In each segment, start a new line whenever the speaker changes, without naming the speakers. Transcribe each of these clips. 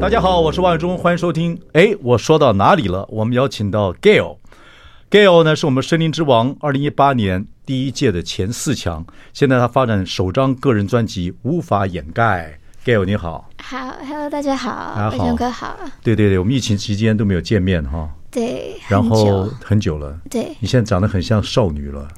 大家好，我是万永忠，欢迎收听。哎，我说到哪里了？我们邀请到 Gail。Gail 呢，是我们森林之王二零一八年第一届的前四强。现在他发展首张个人专辑《无法掩盖》。Gail 你好，
好，Hello，大家好，
大家
卫
好
生哥好，
对对对，我们疫情期间都没有见面哈，
对，
然
很
后
久
很久了。
对
你现在长得很像少女 了，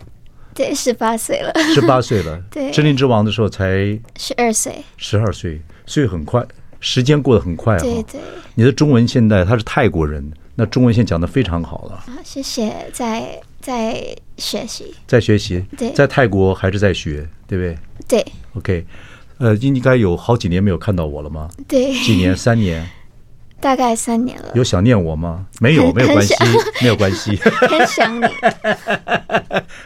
对，十八岁了，
十八岁了。
对
森林之王的时候才
十二岁，
十二岁，所以很快，时间过得很快哈。
对对，
你的中文现在他是泰国人，那中文现在讲的非常好了。
好，谢谢，在在学习，
在学习，
对
在泰国还是在学，对不对
对
？OK，呃，应该有好几年没有看到我了吗？
对，
几年？三年？
大概三年 了，
有想念我吗？没有，
很
没有关系
很，
没有关系。
很 想你，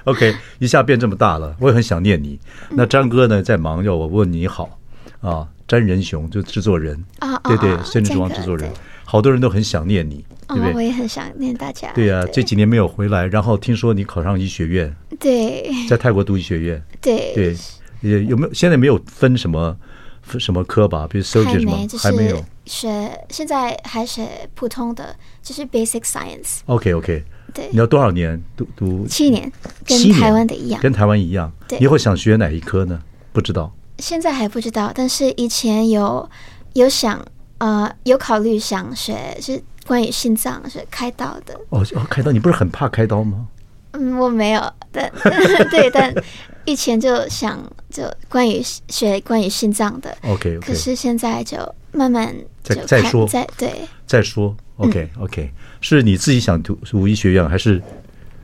OK，一下变这么大了，我也很想念你。那张哥呢，在忙，要我问你好啊，詹仁雄就制作人，
啊啊
对对
啊，
森林之王
这
制
个
作人
对，
好多人都很想念你，
哦
对不，
我
对？
也很想念大家，
对呀、啊这几年没有回来，然后听说你考上医学院，
对
在泰国读医学院，
对
对，也有没有现在没有分什么分什么科吧？比如 surgery
还
什么
没，就
还没有
是。学，现在还学普通的，就是 basic science，
OK OK，
对
你，要多少年读读？
七年，跟
七年
台湾的一样，
跟台湾一样。
对
以后想学哪一科呢？不知道。
现在还不知道，但是以前有有想呃有考虑想学是关于心脏是开刀的，
哦，哦开刀，你不是很怕开刀吗？
嗯，我没有，但 对，但以前就想就关于学关于心脏的
OK，OK
可是现在就慢慢
再
就
哦再
看
说
再对
再说。OK
嗯
OK，是你自己想读读医学院，还是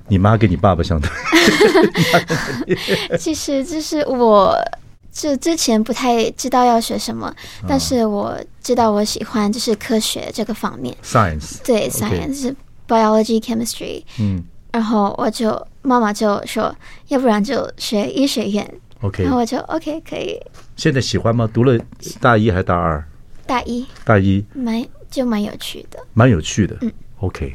你妈跟你爸爸 想读？
其实就是我就之前不太知道要学什么，
啊
但是我知道我喜欢就是科学这个方面，
Science。
对
OK
science 是 biology chemistry，
嗯
然后我就妈妈就说，要不然就学医学院，
，OK
然。后我就 OK 可以，
现在喜欢吗？读了大一还是大二？
大一
大一
蛮就蛮有趣的，
蛮有趣的。OK，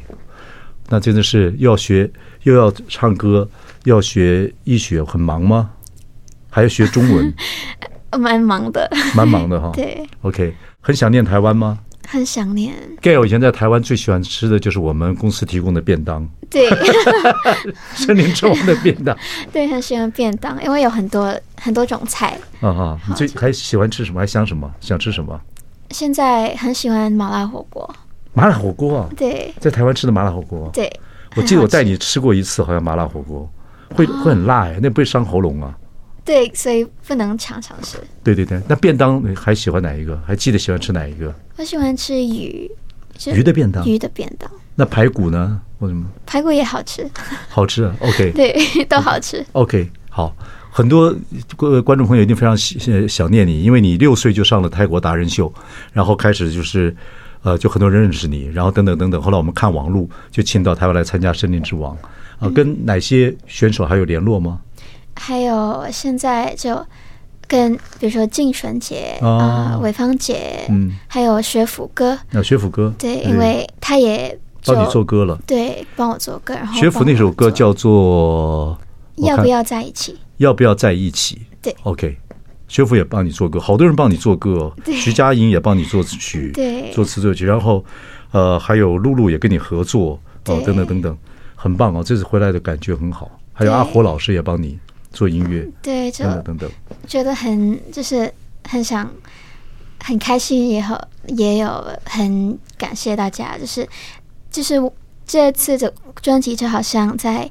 那真的是又要学，又要唱歌，又要学医学，很忙吗？还要学中 文，
呃蛮忙的，
蛮忙的哈。
对，
OK，很想念台湾吗
很想念，
？Gail 以前在台湾最喜欢吃的就是我们公司提供的便当，
对
森林之王的便当。
对，很喜欢便当，因为有很多很多种菜，
啊啊！你最还喜欢吃什么？还想什么？想吃什么？
现在很喜欢麻辣火锅，
麻辣火锅啊，
对
在台湾吃的麻辣火锅。
对，
我记得我带
很好
你吃过一次，好像麻辣火锅，会会很辣哎，那不会伤喉咙啊？
吃，对，所以不能常常吃，
对对对，那便当你还喜欢哪一个？还记得喜欢吃哪一个？
我喜欢吃鱼，就
鱼的便当
鱼的便当，
那排骨呢？或什么
排骨也好吃，
好吃啊？OK
对，都好吃，
OK，好，很多呃观众朋友一定非常喜呃想念你，因为你六岁就上了泰国达人秀，然后开始就是呃，就很多人认识你，然后等等等等。后来我们看网路，就请到台湾来参加《森林之王》
嗯
啊，跟哪些选手还有联络吗？
还有现在就跟比如说静纯姐
哦
啊、呃、伟芳姐，
嗯，
还有学府哥，
那学府歌
对，因为他也就
帮你做歌了。
对帮我做歌，然后
学府那首歌叫做
帮我做
我
要不
看
要在一起？
要不要在一起？
对
，OK，学府也帮你做歌，好多人帮你做歌哦，徐佳莹也帮你作曲，
对
作词作曲，然后呃，还有露露也跟你合作，哦，
对
等等等等，很棒哦，这次回来的感觉很好，还有
对
阿火老师也帮你做音乐，
对，就
等等等等，
觉得很就是很想很开心，也好也有很感谢大家，就是就是这次的专辑就好像在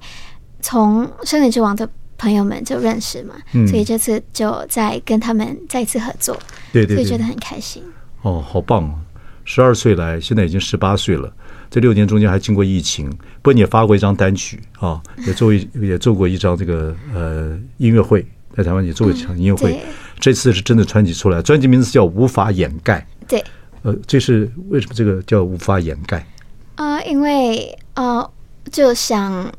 从《森林之王》的朋友们就认识嘛，
嗯
所以这次就在跟他们再一次合作，
对对
所以觉
对
得，很开心。
哦，好棒哦！十二岁来，现在已经十八岁了。这六年中间还经过疫情，不过你也发过一张单曲啊，也做一 也做过一张这个呃音乐会，在台湾也做过一场音乐会。
对
这次是真的专辑出来，专辑名字叫《无法掩盖》。
对，
呃，这是为什么这个叫无法掩盖？
呃，因为呃，就想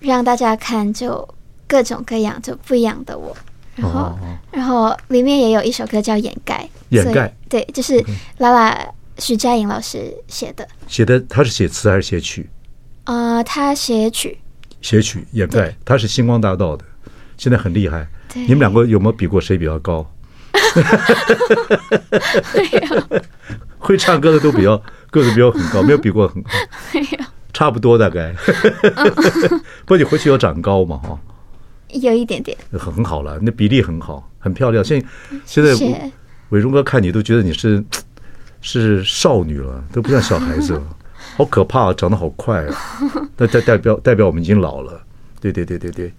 让大家看就各种各样就不一样的我，然后、
哦哦
然后里面也有一首歌叫《掩盖》，
掩盖
所以对，就是拉拉徐佳莹老师写的，
写的他是写词还是写曲？
呃，她写曲，
写曲掩盖，他是星光大道的，现在很厉害。
对
你们两个有没有比过谁比较高？会唱歌的都比较个子比我很高，没有比过很高，差不多大概。 不过你回去要长高嘛，哈，
有一点点，
很很好了，那比例很好，很漂亮。现现在
谢谢
伟伟忠哥看你都觉得你是是少女了，都不像小孩子了，好可怕、啊，长得好快、啊。那代代表代表我们已经老了，对对对对对。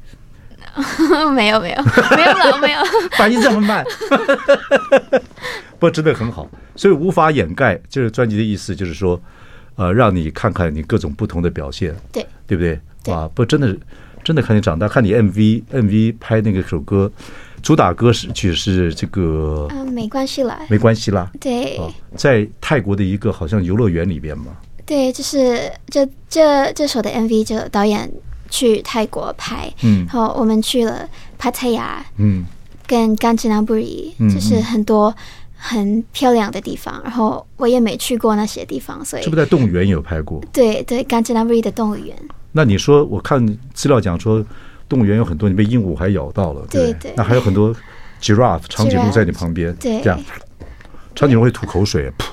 没有没有没有了 没有，
反应这么慢，不，真的很好，所以无法掩盖。这个专辑的意思就是说，呃，让你看看你各种不同的表现，
对，
对不对？
对
哇，不，真的，真的看你长大，看你 MV，MV 拍那个首歌，主打歌是曲是这个
嗯、没关系啦，
没关系啦，
对。
啊，在泰国的一个好像游乐园里边嘛，
对，就是这这这首的 MV，就导演去泰国拍，
嗯
然后我们去了帕塔亚
嗯，
跟甘吉南布里
嗯，
就是很多很漂亮的地方。然后我也没去过那些地方，所以
是不是在动物园有拍过？
对对，甘吉南布里的动物园，
那你说，我看资料讲说，动物园有很多你被鹦鹉还咬到了，
对
不
对
那还有很多 giraffe 长颈鹿
giraffe，
在你旁边，
对
这样，长颈鹿会吐口水，噗，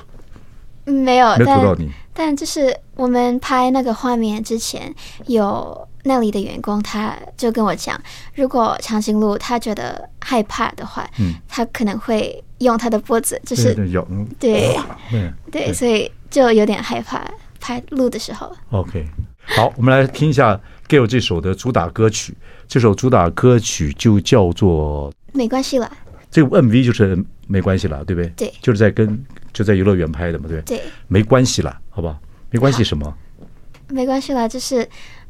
嗯没有，
没有吐到
但
你，
但就是我们拍那个画面之前，有那里的员工他就跟我讲，如果长颈鹿它觉得害怕的话，
嗯
它可能会用它的脖子，就
对
是
对咬，嗯
对
对
哦对，所以就有点害怕拍录的时候。
，OK，好，我们来听一下《Gail》这首的主打歌曲，这首主打歌曲就叫做
没关系啦，
这个 MV 就是没关系啦，对不对？
对
就是在跟就在游乐园拍的嘛，对不对？
对，
没关系啦，好吧，没关系什么？
没关系啦，就是，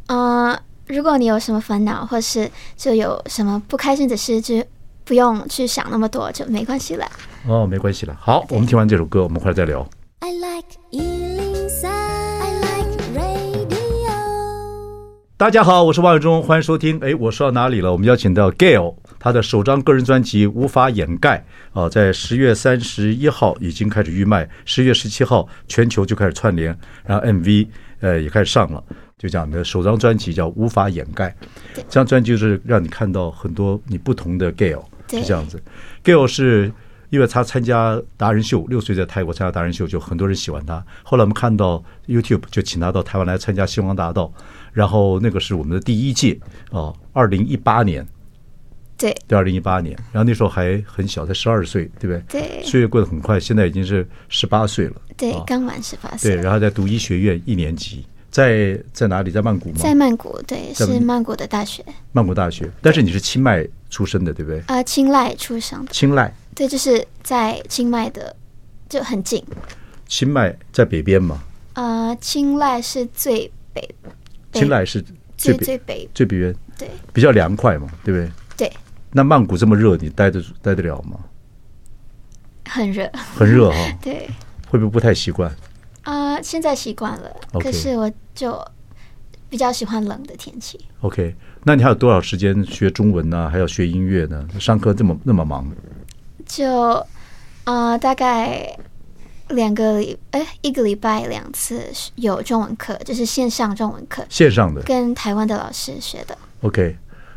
嗯、如果你有什么烦恼，或是就有什么不开心的事，就不用去想那么多，就没关系啦。
哦，没关系啦。好，我们听完这首歌，我们回来再聊。
I like Ealing Sound. I like radio.
大家好，我是王伟忠，欢迎收听。哎，我说到哪里了？我们邀请到 Gail，她的首张个人专辑《无法掩盖》啊，在十月三十一号已经开始预卖，十月十七号全球就开始串联，然后 MV 呃也开始上了。就讲你的首张专辑叫《无法掩盖》，这张专辑就是让你看到很多你不同的 Gail，
对
是这样子。Gail 是因为他参加达人秀，六岁在泰国参加达人秀，就很多人喜欢他。后来我们看到 YouTube 就请他到台湾来参加星光大道，然后那个是我们的第一届哦，二零一八年，
对
对，二零一八年。然后那时候还很小，才十二岁，对不对？
对
岁月过得很快，现在已经是十八岁了。
对
啊，
刚满十八
对，
岁，
然后在读医学院一年级，在在哪里？在曼谷吗？
在曼谷，对，
在
是曼谷的大学，
曼谷大学。但是你是清迈出生的，对不对？
呃，清迈出生的，
清迈，
对，就是在清迈的，就很近，
清迈在北边嘛，
呃，清迈是最北，北
清迈是最
最
北
最北，
最北边，
对
比较凉快嘛，对不对？
对，
那曼谷这么热，你待得住待得了吗？
很热，
很热哈、
对。
会不会不太习惯？
啊、现在习惯了
OK
可是我就比较喜欢冷的天气。
OK，那你还有多少时间学中文呢？还要学音乐呢？上课这么那么忙，
就啊、呃大概两个礼，哎，一个礼拜两次是有中文课，就是线上中文课，
线上的
跟台湾的老师学的。
OK，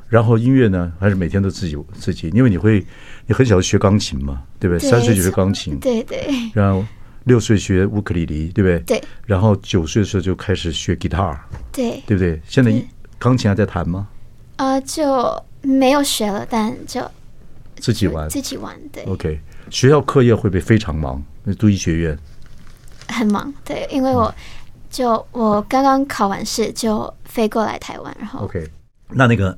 然后音乐呢，还是每天都自己自己，因为你会你很小就学钢琴嘛，对不对？
对
三岁就学钢琴，
对对
然后六岁学乌克丽丽，对不对？
对
然后九岁的时候就开始学吉他，
对，
对不对？现在
对
钢琴还在弹吗？
啊、就没有学了，但就
自己玩
自己玩，对
OK，学校课业会不会非常忙？那读医学院
很忙，对，因为我就我刚刚考完试就飞过来台湾，然后
，OK，那那个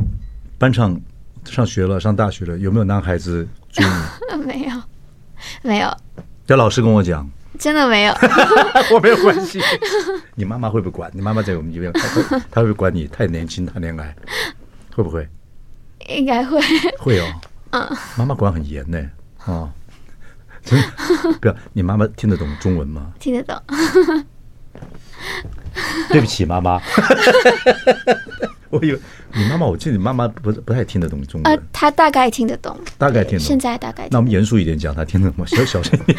班上上学了，上大学了，有没有男孩子追你？
没有没有，
这老师跟我讲，
真的没有。
我没有关系。 你妈妈会不会管？你妈妈在我们这边，她 会她会不会管你？太年轻谈恋爱，会不会？
应该会。
会哦。妈妈管很严呢。哦， 真的不要，你妈妈听得懂中文吗？
听得懂，
对不起，妈妈。我以为你妈妈，我记得你妈妈不不太听得懂中
呃
文，，
他大概听得懂，
大概听得懂
对现在大概听
那我们严肃一点讲，她听得 懂吗？小小声一点。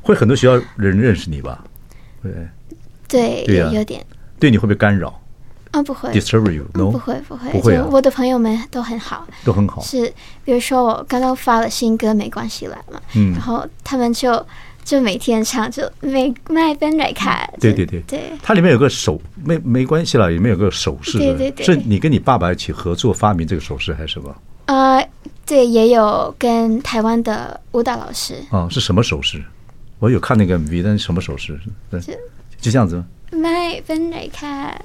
会很多学校人认识你吧？对，
对，
对啊
有有点，
对你会不会干扰
啊，不会，
？disturb
嗯
you？No，
不会，不会，
不会啊
就我的朋友们都很好，
都很好。
是比如说我刚刚发了新歌《没关系啦》嘛，
嗯
然后他们就就每天唱，就嗯每每边来看，
对
就
对对
对
它里面有个手，没没关系了，里面有个手势，
对
是不是
对对
是你跟你爸爸一起合作发明这个手势还是什么？
呃，对，也有跟台湾的舞蹈老师，
啊，是什么手势？我有看那个 MV，但是什么手势？对
就
就这样子吗？
每边来看，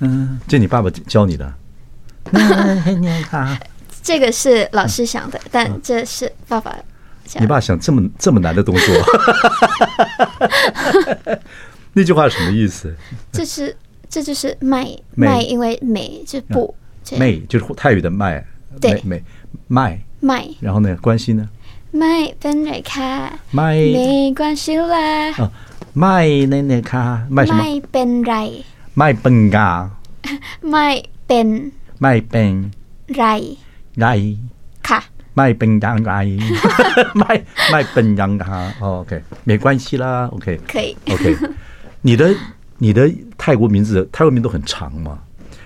嗯，这你爸爸教你 的。
这个是老师想的，
嗯
但这是爸爸想
你。爸想这么这么难的动作， 那句话是什么意思？
这是这就是卖
美
卖，因为美就不这样
媚就是泰语的媚，媚
对
媚媚。
卖
然后呢，关系呢？
卖本来看
卖
没关系啦，
啊，卖那那卡卖什么？
卖本来
卖笨嘎，
卖本
卖笨
来
来，
卡
卖笨当 来，卖卖笨当卡。哦 OK，没关系啦。OK，
可以
OK，你的你的泰国名字，泰国名都很长嘛，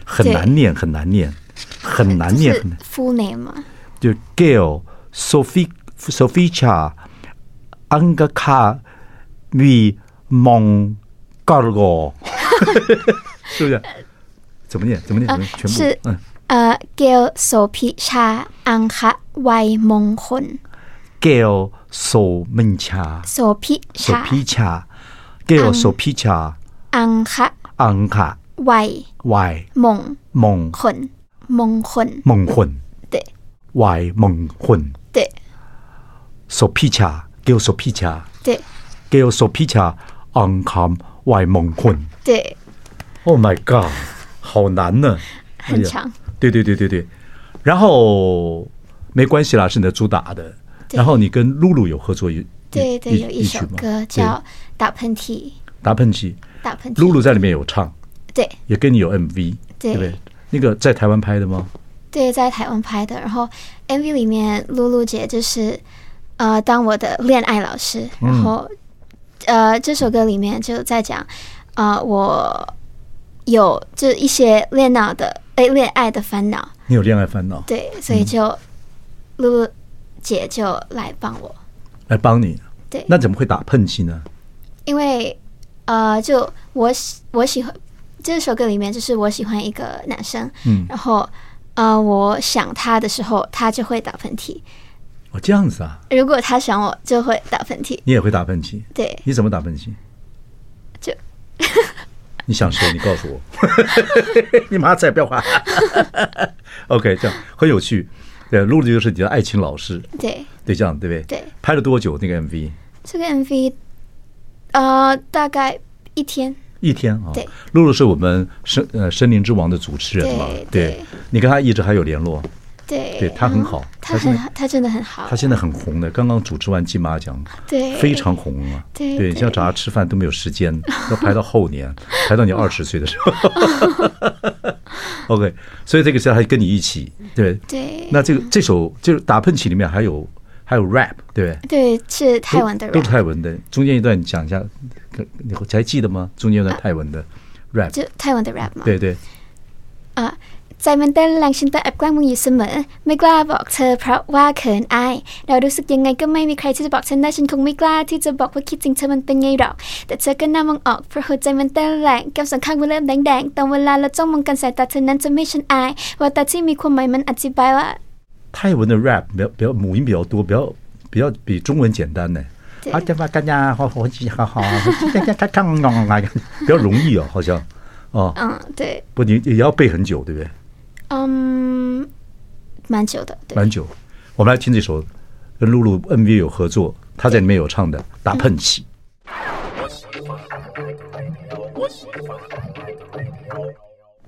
很
对
难念，很难念，很难念，很
就是
难。
full name 嘛，
就 Gail Sophie Sophie Cha Angaka Vi Mong Gargo，是不是？怎么念？怎么念？怎么念？全部
是
嗯
呃 Gail Sopi Cha Ang Ha Wai Mong Hun
，Gail Sophie Cha
Sopi Cha
Sophie Cha Gail Sophie Cha
Ang Ha
Angka
Wai
Y
Mong
Mong
Hun Mong Hun
梦混
对
Y 梦混。
对
手劈卡，给我手劈卡，
对
给我手劈卡，昂康外蒙混。
对，
Oh my god，好难呢，
很长
哎呀。对对对对对，然后没关系啦，是你的主打的。
对
然后你跟露露有合作一
对对，有一首
曲吗
歌
对
叫《打喷嚏》，
打喷嚏》，
打喷嚏。
露露在里面有唱，
对
也跟你有 MV，对
对
不对？那个在台湾拍的吗？
对，在台湾拍的。然后 MV 里面，露露姐就是呃当我的恋爱老师，然
嗯
后、呃这首歌里面就在讲呃我有就一些恋爱的哎恋爱的烦恼，
你有恋爱烦恼，
对，所
嗯
以就、露露姐就来帮我，
来帮你。
对
那怎么会打喷嚏呢？
因为呃就我喜我喜欢这首歌里面就是我喜欢一个男生，
嗯，
然后呃我想他的时候，他就会打喷嚏。
哦，这样子啊，
如果他想我，就会打喷嚏。
你也会打喷嚏？
对，
你怎么打喷嚏？
就
你想谁？你告诉我。 你妈再不要喊。OK，这样很有趣。对，露露就是你的爱情老师，
对
对，这样对不对？
对，
拍了多久那个 MV？
这个 MV，呃，大概一天，
一天啊
对。
露露是我们森呃森林之王的主持人嘛
对？
对
对，
你跟她一直还有联络。
对，
对他很好
嗯
他
他
现在
很好，他真的很好，
她现在很红的，刚刚主持完金马奖，
对
非常红啊。
对
对，
对
像找她吃饭都没有时间， 要排到后年，排到你二十岁的时候。OK，所以这个时候还跟你一起，对。
对，
那这个这首就是打喷嚏里面还有还有 rap，对不对？
对是泰文的
都都是
rap，
泰文的。中间一段你讲一下，可你还记得吗？中间一段泰文的 rap，
呃就泰文的 rap 嘛。
对对，
啊，ใจมันเต้นแรงฉันแต่แอบกล้างมึงอยู่เสมอ ไม่กล้าบอกเธอเพราะว่าเขินอาย เรารู้สึกยังไงก็ไม่มีใครที่จะบอกฉันได้ฉันคงไม่กล้าที่จะบอกว่าคิดถึงเธอมันเป็นไงหรอก แต่เธอก็น่ามองออกเพราะหัวใจมันเต้นแรงแก้มสองข้างมันเริ่มแดงๆแต่เวลาเราจ้องมองกันสายตาเธอนั้นจะไม่ฉันอาย ว่าตาที่มีความหมายมันอธิบายว่า
泰文的 rap 比较比较母音比较多，比较比较比中文简单呢。
对
啊，这吧，干呀，好好记，好好，这这这唱啊，比较容易哦，好像哦，
嗯，对，
不，你也要背很久，对不对？
嗯，蛮久的，对，
蛮久。我们来听这首跟露露 MV 有合作，她在里面有唱的《打喷嚏》。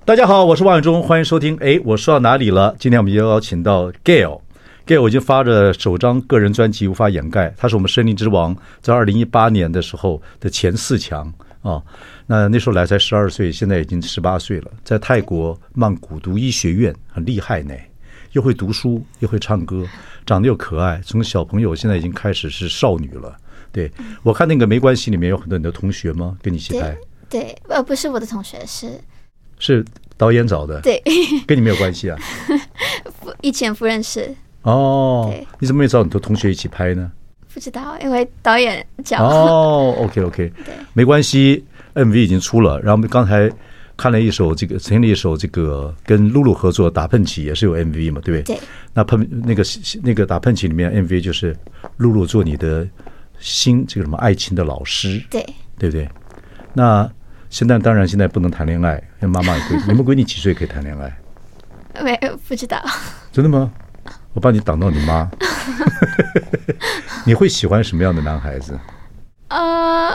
大家好，我是王永忠，欢迎收听。哎，我说到哪里了？今天我们又邀请到 Gail。Gail 已经发着首张个人专辑《无法掩盖》，他是我们森林之王在二零一八年的时候的前四强啊。那那时候来才十二岁，现在已经十八岁了，在泰国曼谷读医学院，很厉害呢，又会读书，又会唱歌，长得又可爱，从小朋友现在已经开始是少女了。对我看那个没关系里面有很多你的同学吗？跟你一起拍
对对，呃，不是我的同学，是
是导演找的，
对，
跟你没有关系啊。
不以前不认识，
哦
对，
你怎么没找你的同学一起拍呢？
不知道，因为导演讲，
哦，OK OK，没关系，MV 已经出了。然后我们刚才看了一首这个，听了一首这个跟露露合作《打喷嚏》，也是有 MV 嘛，对不对？
对。
那喷那个那个打喷嚏里面 MV 就是露露做你的心这个什么爱情的老师，
对，
对不对？那现在当然现在不能谈恋爱，因为妈妈也 规定，你们闺女几岁可以谈恋爱？
没不知道，
真的吗？我帮你挡到你 妈。你会喜欢什么样的男孩子？
呃，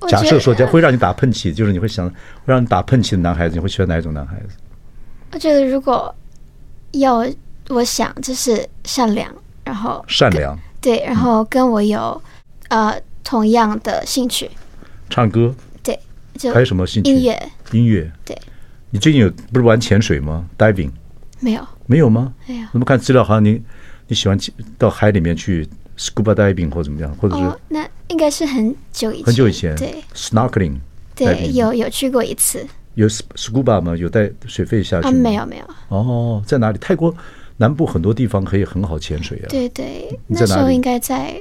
我
假
觉
设
得
说，会让你打喷嚏，就是你会想会让你打喷嚏的男孩子，你会喜欢哪一种男孩子？
我觉得如果要我想就是善良，然后
善良，
对，然后
嗯
跟我有呃同样的兴趣，
唱歌，
对，就
还有什么兴趣？
音乐，
音乐。
对，
你最近有不是玩潜水吗？diving
没有
没有吗？
没有
怎么看资料好像你你喜欢去到海里面去 scuba diving 或怎么样，或者是
哦，那应该是很久以前，
很久以前
对
snorkeling 太
对，
平
有有去过一次
有 sp- scuba 吗？有带水费下去
啊，
吗？
没有。没有，
哦，在哪里？泰国南部很多地方可以很好潜水啊。
对对，
你在哪
那时候
里
应该在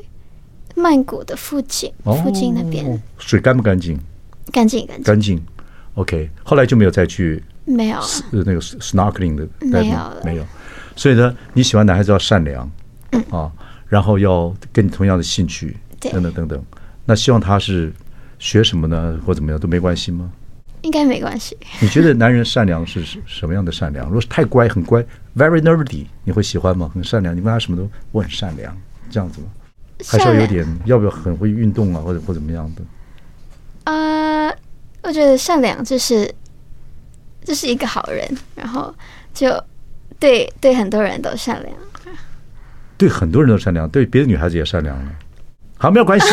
曼谷的附近，
哦，
附近那边
水干不干净？
干净干净，
干净。OK，后来就没有再去
没有啊
呃那个 snorkeling 的
没有
diving，
了嗯
没有，所以呢，你喜欢男孩子要善良、啊，然后要跟你同样的兴趣，
对
等等等等。那希望他是学什么呢，或怎么样都没关系吗？
应该没关系，
你觉得男人善良是是什么样的善良？如果是太乖，很乖，very nerdy，你会喜欢吗？很善良，你问他什么都我很善良，这样子吗？还是要
善
有
良
点，要不要很会运动啊，或者或怎么样的？
呃，我觉得善良就是就是一个好人，然后就对对很多人都善良。
对很多人都善良，对别的女孩子也善良了。啊好，没有 关系，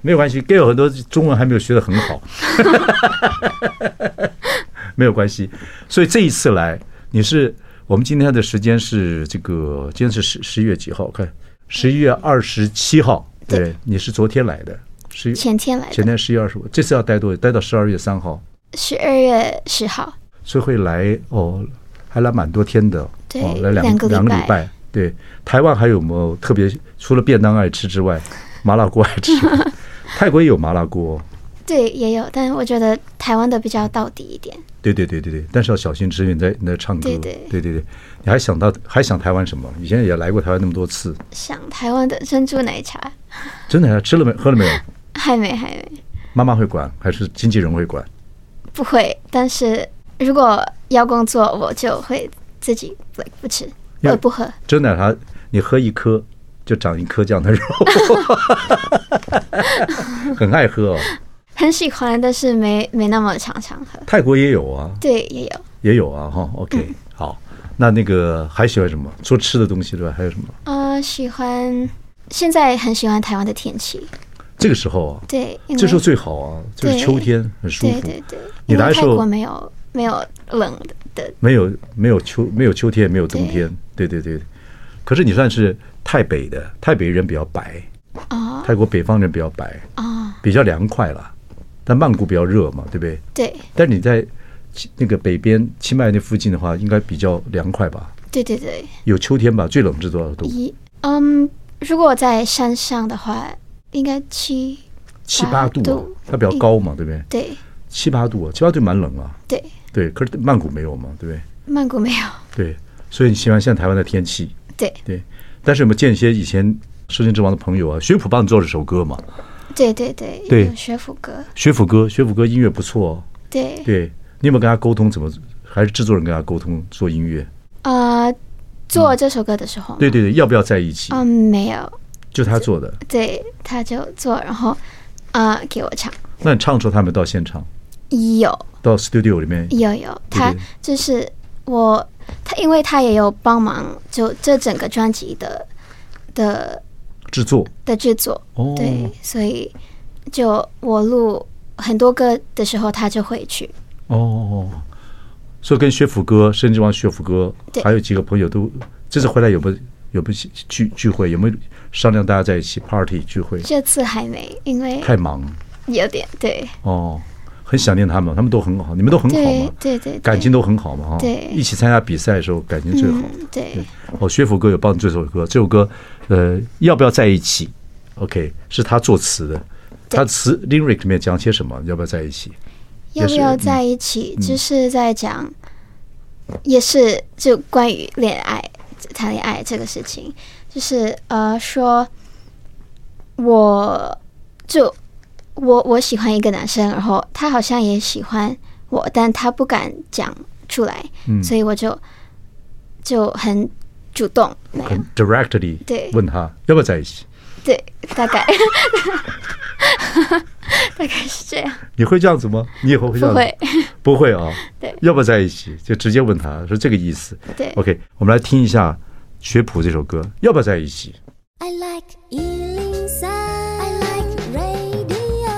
没有关系。gay 有很多中文还没有学得很好， 没有关系。所以这一次来，你是我们今天的时间是这个，今天是十十一月几号？看十一月二十七号，对，你是昨天来的，十
前天来
前
的，
天十一月二十五，这次要待多久？待到十二月三号，
十二月十号，
所以会来哦，还来蛮多天的，
对
哦，来两
两个礼拜
两个礼拜。对，台湾还有没有特别？除了便当爱吃之 外，麻辣锅爱吃吗，泰国也有麻辣锅。
对也有，但我觉得台湾的比较到底一点。
对对对对对，但是要小心吃，因为你在你在唱歌。
对对
对对对你还想到还想台湾什么？以前也来过台湾那么多次，
像台湾的珍珠奶茶，
真的吃了没喝了没 有？
还没还没
妈妈会管还是经纪人会管？
不会，但是如果要工作，我就会自己不不吃，
因为
我不喝。
真的，它你喝一颗就长一颗这样 的肉，很爱喝哦。
很喜欢，但是没没那么常常喝。
泰国也有啊，
对，也有。
也有啊，哈，OK，、好，
嗯
那那个还喜欢什么？除了吃的东西之外，还有什么？
呃，喜欢，现在很喜欢台湾的天气，
这个时候啊，
对，因为
这时候最好啊，就是
嗯对
秋天，很舒服，
对对对，
你
因
来
为
的
泰
时候
国没有没有冷的的，
没有没有秋没有秋天，也没有冬天，对对对。可是你算是泰北的，泰北人比较白，
哦
泰国北方人比较白，
哦，
比较凉快啦。但曼谷比较热嘛，对不对？
对
但你在清那个北边清迈那附近的话，应该比较凉快吧？
对对对，
有秋天吧？最冷是多少度？
一嗯，如果在山上的话，应该七
七八度、
八
啊
度，
它比较高嘛，对不对？
对
七八度啊，七八度蛮冷啊。
对，
对，可是曼谷没有嘛，对不对？
曼谷没有，
对，所以你喜欢现在台湾的天气，
对
对。但是有没有见一些以前《生命之王》的朋友啊？学府帮你做了首歌嘛，
对对对，
对
有学府歌，
学府歌，学府歌音乐不错、哦。
对
对，你有没有跟他沟通怎么？还是制作人跟他沟通做音乐？
呃，做这首歌的时候吗，
对对对，要不要在一起？
嗯，没有，
就他做的。
对，他就做，然后呃给我唱，
那你唱的时候，他有没有到现场？
有。
到 studio 里面？
有有，
对
他
对
就是我，他因为他也有帮忙，就这整个专辑的的
制作
的制作，
哦
对，所以就我录很多个的时候，他就会去。
哦哦哦，所以跟学府哥，甚至往学府哥，
对
还有几个朋友都这次回来有没有有没有聚聚会？有没有商量大家在一起 party 聚会？
这次还没，因为
太忙
有点对
哦，很想念他们，他们都很好，你们都很好
对
嘛，
对对，
感情
都
都很好嘛，哈，
对
一起参加比赛的时候感情最好。
嗯、对
对，哦，学府哥有帮这首歌，这首歌呃要不要在一起？OK，是他作词的，
对
他词 lyric 里面讲些什么？要不要在一起？
要不
是
要
嗯
在一起？就是在讲，也是就关于恋爱、谈恋爱这个事情，就是呃，说我就我我喜欢一个男生，然后他好像也喜欢我，但他不敢讲出来，
嗯
所以我就就很主动 那样
很 directly
对
问他要不要在一起？
对，大概 大概是这样，
你会这样子吗？你以后会这
不
样
会
子？不会啊。
对
要不要在一起？就直接问他说这个意思。
对
OK，我们来听一下学谱这首歌，要不要在一起？
I like Ealing Sound. I like radio.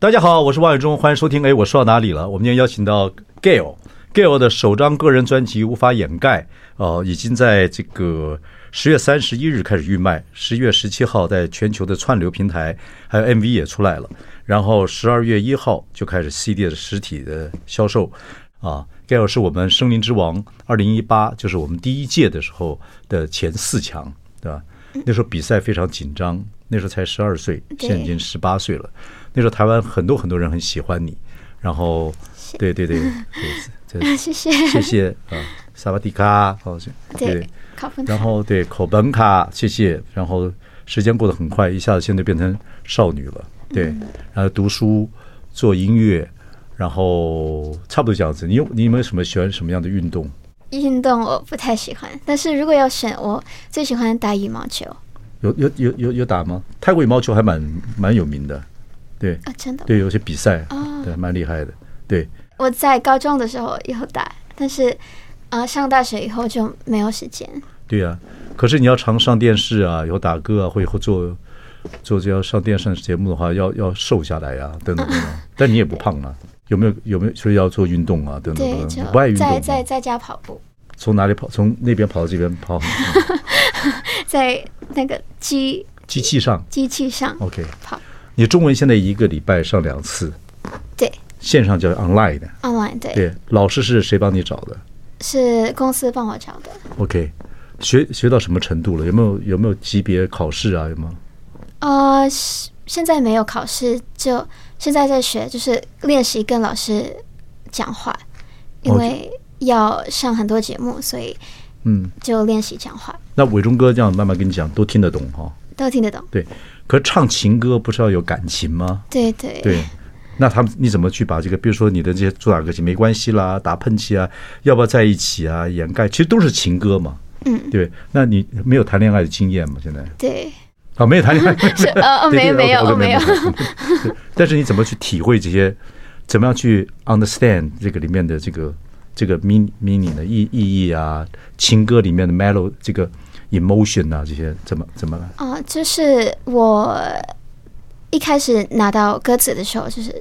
大家好，我是王伟忠，欢迎收听。哎，我说到哪里了？我们今天邀请到 Gail。Gail 的首张个人专辑《无法掩盖》，呃，已经在这个十月三十一日开始预卖，十月十七号在全球的串流平台还有 MV 也出来了，然后十二月一号就开始 CD 的实体的销售。啊，Gail 是我们森林之王二零一八，就是我们第一届的时候的前四强，对吧？那时候比赛非常紧张，那时候才十二岁，
对
现在已经十八岁了。那时候台湾很多很多人很喜欢你，然后对对对， 对对
谢谢。
谢谢啊，萨瓦迪卡，好，谢
对，考分
然后对口本卡，谢谢。然后时间过得很快，一下子现在变成少女了。对，
嗯
然后读书、做音乐，然后差不多这样子。你有你有没有什么喜欢什么样的运动？
运动我不太喜欢，但是如果要选，我最喜欢打羽毛球啊、
有有有有有打吗？泰国羽毛球还蛮蛮有名的，对
啊真的。
对，有些比赛
哦，
对，蛮厉害的。对，
我在高中的时候有打，但是呃，上大学以后就没有时间。
对啊，可是你要常上电视啊，有打歌啊，或以后做做这要上电视节目的话，要要瘦下来啊，等等等 等。但你也不胖啊，有没有有没有说要做运动啊，等等
对，
等
就
等。你不爱运动
在
吗，
在在家跑步，
从哪里跑？从那边跑到这边跑，
在那个机
机器 上。
机器上
OK，
跑。
你中文现在一个礼拜上两次，
对
线上叫 online 的。
，online 对
对，老师是谁帮你找的
是公司帮我找的。
？OK，学学到什么程度了？有没有有没有级别考试啊？有没有？
呃，是现在没有考试，就现在在学，就是练习跟老师讲话，因
哦
为要上很多节目，所以
嗯，
就练习讲话，
那伟忠哥这样慢慢跟你讲，都听得懂哈、
都听得懂。
对，可是唱情歌不是要有感情吗？
对对
对，那他们你怎么去把这个，比如说你的这些主打歌曲没关系啦、打喷嚏啊、要不要在一起啊、掩盖，其实都是情歌嘛。
嗯
对，那你没有谈恋爱的经验吗？现在
对，
啊，没有谈恋爱，
是呃呃
对哦对
没没有
OK，OK，
没有，
对但是你怎么去体会这些？怎么样去 understand 这个里面的这个这个 mean meaning 的意意义啊？情歌里面的 melo 这个 emotion 啊，这些怎么怎么来？
啊、就是我一开始拿到歌词的时候，就是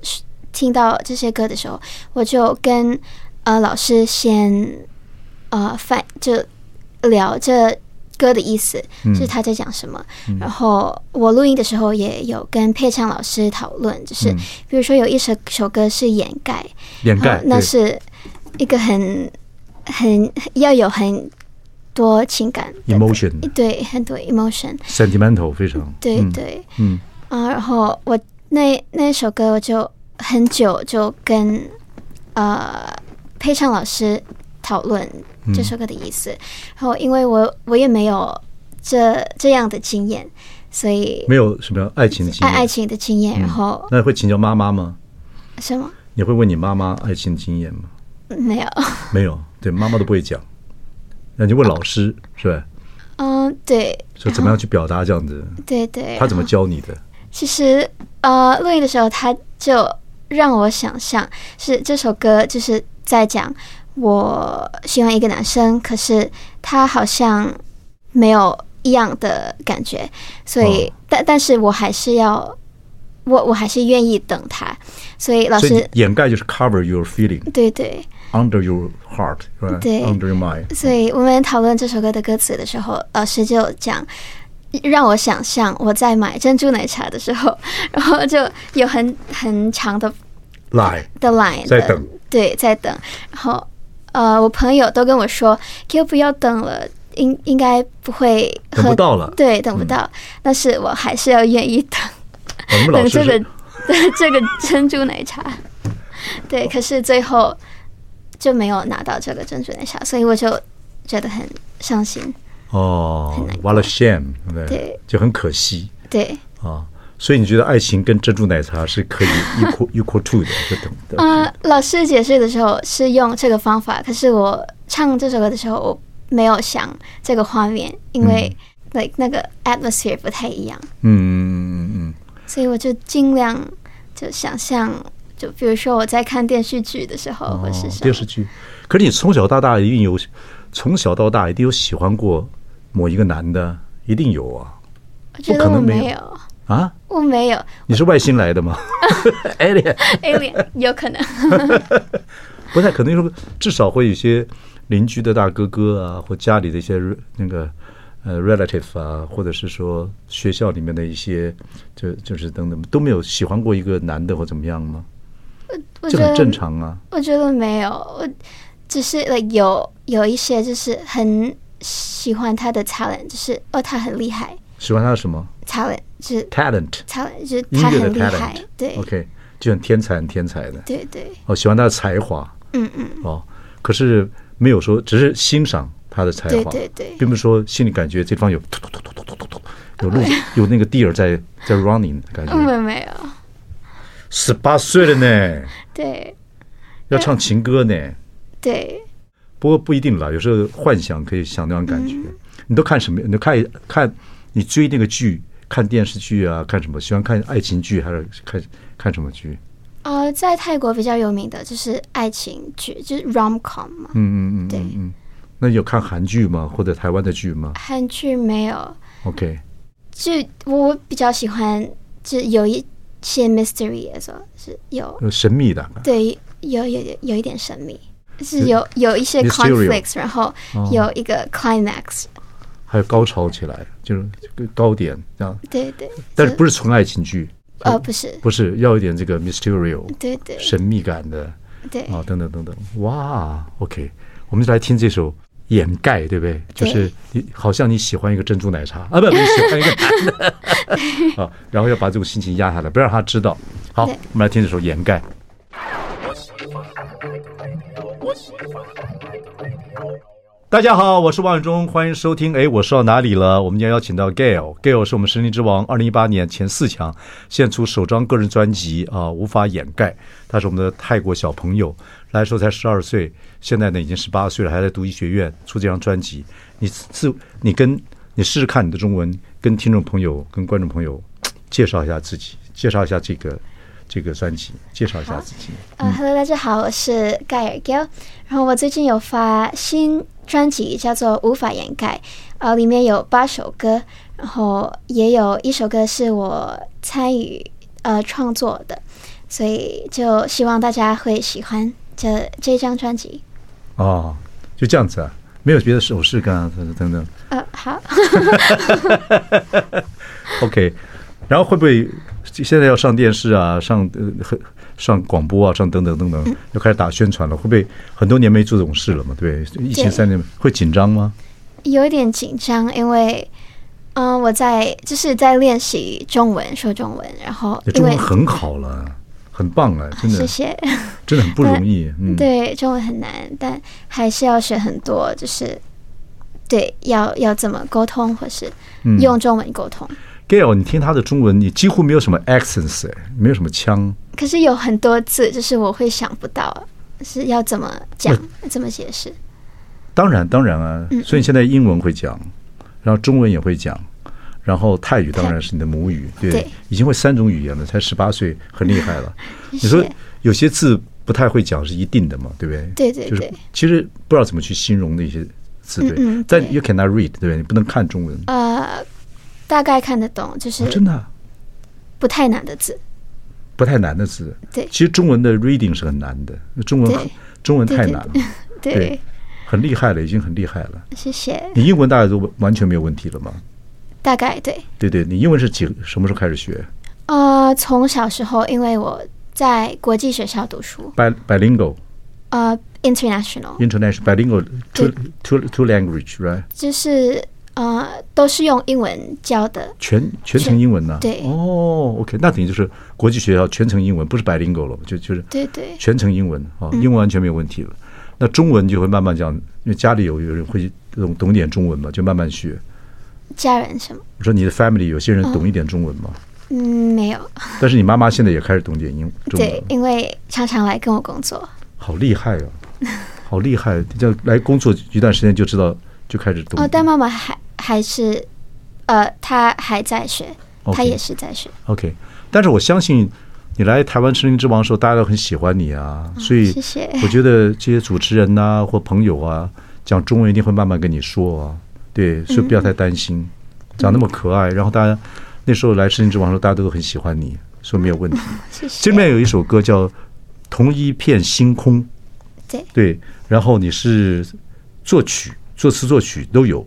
听到这些歌的时候，我就跟呃老师先呃翻就聊这歌的意思，
嗯
就是他在讲什么。然后我录音的时候也有跟配唱老师讨论，就是
嗯
比如说有一首首歌是掩盖，
掩盖、
呃那
对
是一个很很要有很多情感的
emotion
对，很多 emotion，
sentimental 非常
对
嗯
对、
嗯
啊。然后我那那首歌我就很久就跟呃配唱老师讨论
嗯
这首歌的意思，然后因为我我也没有这这样的经验，所以
没有什么爱情的经
爱
验，嗯
爱情的经验，然后
那会请教妈妈吗？
什么
你会问你妈妈爱情经验吗？
没有，
没有，对，妈妈都不会讲。那你问老师是吧？
嗯，对
说怎么样去表达这样子，
对对，
他怎么教你的？
其实呃，录音的时候他就让我想象是这首歌就是在讲我喜欢一个男生，可是他好像没有一样的感觉，所以、
哦
但但是我还是要我我还是愿意等他。所以老
所以
师，
掩盖就是 cover your feeling
对对，
under your heart，是吧
对
？under your mind。
所以我们讨论这首歌的歌词的时候，老师就讲。让我想象我在买珍珠奶茶的时候， 然后就有很很长的
lie，
的 line
在
的
等，
对，在等。然后呃，我朋友都跟我说，Q 不要等了，应应该不会喝
等不到了嗯
对，等不到。但是我还是要愿意等
我们老
等
师
这 个
是
这个珍珠奶茶。对，
哦
可是最后就没有拿到这个珍珠奶茶，所以我就觉得很伤心。
哦
很难，过
完了 shame，对不
对
对？就很可惜
对，
啊。所以你觉得爱情跟珍珠奶茶是可以 equal equal to 的，就等等。
呃，老师解释的时候是用这个方法，可是我唱这首歌的时候，我没有想这个画面，因为、like 那个 atmosphere 不太一样，
嗯嗯嗯嗯
所以我就尽量就想象，就比如说我在看电视剧的时候，
嗯，
或是
哦
什
电
么，
视剧。可是你从小到大一定有，从小到大一定有喜欢过某一个男的，一定有啊
我觉
不
得
可
我
能没有
没有，
啊！
我没有
你是外星来的吗？ 艾莲，
alien，有可能，
不太可能说，至少会有一些邻居的大哥哥啊，或家里的一些那个呃 relative 啊，或者是说学校里面的一些，就就是等等，都没有喜欢过一个男的或怎么样吗？
我觉
这很
得
正常啊。
我觉得没有，我只是 like 有有一些就是很喜欢他的 talent，就是哦他很厉害
喜欢他的什么
talent，就是。
talent，
他就是
音
他
乐的
很厉害
talent，
对
，OK，就很天才，很天才的。
对对，
哦，喜欢他的才华
嗯嗯，
哦，可是没有说，只是欣赏他的才
对
华，
对对
并不是说心里感觉这方有突突突突突突突突有路有那个地儿在在 running 的感觉。
我们没有，
十八岁了呢，
对
要唱情歌呢。
对，
不过不一定啦，有时候幻想可以想那种感觉。
嗯
你都看什么？你都看看你追那个剧，看电视剧啊，看什么？喜欢看爱情剧还是看看什么剧？
呃，在泰国比较有名的就是爱情剧，就是 rom com 嘛，
嗯嗯嗯
对
嗯嗯。那你有看韩剧吗？或者台湾的剧吗
韩剧没有，
？OK，
就我比较喜欢，就有一些 mystery 的时候是有，
呃神秘的。
对，有有有有一点神秘。是有有一些
嗯 Mysterious
conflicts，然后
哦
有一个 climax，、
还有高潮起来，就是高点这样，
对对，
但是
就
不是纯爱情剧，
呃不是，
不是要一点这个 mysterious
对对
神秘感的
对
啊、等等等等。哇，OK，我们就来听这首《掩盖》，对不对？就是你好像你喜欢一个珍珠奶茶 啊，不，你喜欢一个男的 啊，然后要把这种心情压下来，不让他知道。好，
对
我们来听这首《掩盖》。大家好，我是王永忠，欢迎收听。哎，我说到哪里了？我们今天邀请到 Gail，Gail 是我们森林之王，二零一八年前四强，现出首张个人专辑啊、无法掩盖。他是我们的泰国小朋友，来的时候才十二岁，现在呢已经十八岁了，还在读医学院，出这张专辑。你自你跟你试试看你的中文，跟听众朋友、跟观众朋友介绍一下自己，介绍一下这个这个专辑，介绍一下自己。
呃，Hello，大家好，我是盖尔 Gill，然后我最近有发新专辑，叫做《无法掩盖》，呃，里面有八首歌，然后也有一首歌是我参与呃创作的，所以就希望大家会喜欢这这张专辑。
哦，就这样子啊，没有别的手势干啊，等等等。
呃，好，
OK，然后会不会现在要上电视啊，上呃很上广播啊，上等等等等，又开始打宣传了？会不会很多年没做这种事了嘛？对不对，疫情
对
三年会紧张吗？
有一点紧张，因为嗯、呃我在就是在练习中文，说中文，然后
你
因
中
为
文很好了，很棒了，真
谢
的
谢。
真的很不容易。嗯，
对，中文很难，但还是要学很多，就是对，要要怎么沟通，或是
嗯
用中文沟通。
，Gail，你听他的中文，你几乎没有什么 accents，哎没有什么腔。
可是有很多字，就是我会想不到是要怎么讲、
嗯
怎么解释。
当然，当然啊，
嗯
所以你现在英文会讲，然后中文也会讲，然后泰语当然是你的母语，对，
对
已经会三种语言了，才十八岁，很厉害 了。你
谢
说有些字不太会讲是一定的嘛，对不对？
对对
就是
对
其实不知道怎么去形容的一些字，对，
嗯嗯
但
对
you cannot read，对不对？你不能看中文，
呃，大概看得懂，就
哦真
是
的啊
不太难的字。
不太难的字。
对
其实中文的 reading 是很难的，中文
对
中文
对
太
对
难了，
对，
对很厉害了，已经很厉害了。
谢谢。
你英文大概都完全没有问题了吗？
大概对，
对对，你英文是几什么时候开始学
呃，从小时候因为我在国际学校读书，
？Bi bilingual
呃，international
international bilingual two
对
two two language right？
就是呃都是用英文教的，
全全程英文呢、
对
哦，OK，那等于就是国际学校全程英文，不是 bilingual 了，就就是
对嗯对
全程英文啊，英文完全没有问题了。那中文就会慢慢讲，因为家里有有人会懂懂点中文嘛，就慢慢学。
家人什么，
我说你的 family 有些人懂一点中文嘛，
嗯，没有，
但是你妈妈现在也开始懂点英中文
对
了，，
因为常常来跟我工作，
好厉害啊，好厉害！这样来工作一段时间就知道，就开始懂
哦，。但妈妈还还是，呃，她还在学，
OK
她也是在学，
OK，但是我相信你来台湾《森林之王》的时候，大家都很喜欢你啊，所以
嗯谢谢
我觉得这些主持人 呐、或朋友啊，讲中文一定会慢慢跟你说啊，对，
嗯
所以不要太担心，长那么可爱，然后大家那时候来《森林之王》的时候，大家都很喜欢你，所以没有问题。
谢谢。
这里面有一首歌叫《同一片星空》，
对
对，然后你是作曲、作词、作曲都有，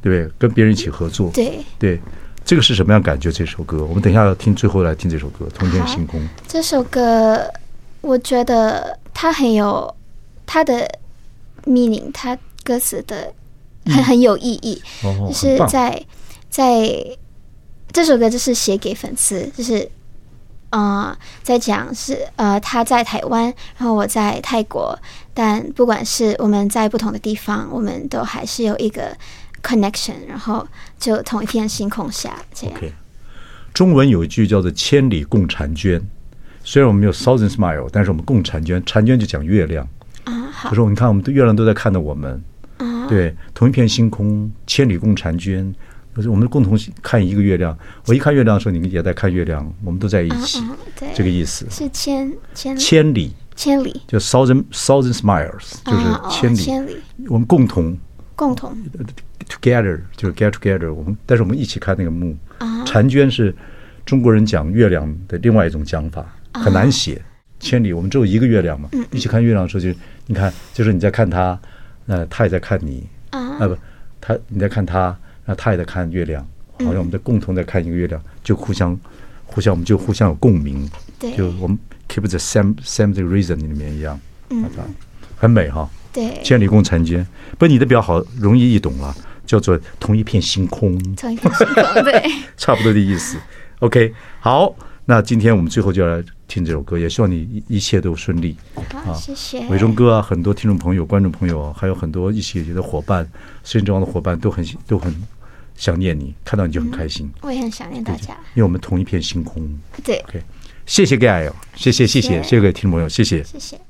对不对？跟别人一起合作，
对，
对，这个是什么样感觉？这首歌，我们等一下要听，最后来听这首歌《同一片星空》。
这首歌我觉得它很有它的 meaning，它歌词的很很有意义，
哦，
就
很
是
棒，
在在这首歌就是写给粉丝，就是。呃，在讲是呃，他在台湾，然后我在泰国，但不管是我们在不同的地方，我们都还是有一个 connection，然后就同一片星空下这样。
OK，中文有一句叫做“千里共婵娟”，虽然我们没有 thousand smile，但是我们共婵娟，婵娟就讲月亮。
啊，好
他说：“你看，我们的月亮都在看着我们，对，同一片星空，千里共婵娟。”可是我们共同看一个月亮。我一看月亮的时候，你也在看月亮，我们都在一起
嗯嗯，对
这个意思。
是千千
千里
千里，
就 thousand thousand smiles，就是
啊哦
千里，
千里
我们共同
共同
together 就是 get together，我们但是我们一起看那个墓。
啊
婵娟是中国人讲月亮的另外一种讲法，
啊
很难写。千里我们只有一个月亮嘛，
嗯
一起看月亮的时候就你看，就是你在看他，呃，他也在看你，
啊
啊不，他你在看他，那他也在看月亮，
嗯
好像我们在共同在看一个月亮，就互相互相我们就互相有共鸣，
对
就我们 keep the same same the reason 里面一样，嗯，很美哈。
对，
千里共婵娟，不，你的比较好，容易易懂了，叫做同一片星空，
同一片星 空，对，
差不多的意思。OK，好，那今天我们最后就要来听这首歌，也希望你一一切都顺利。
好，谢谢，
伟忠哥啊，很多听众朋友、观众朋友啊，还有很多一起的伙伴，孙中央的伙伴都很都很想念你，看到你就很开心，
我也很想念大家，
因为我们同一片星空。
对，
OK，谢谢 Gail，谢谢谢谢
谢谢
谢谢各位听众朋友，谢谢。
谢谢。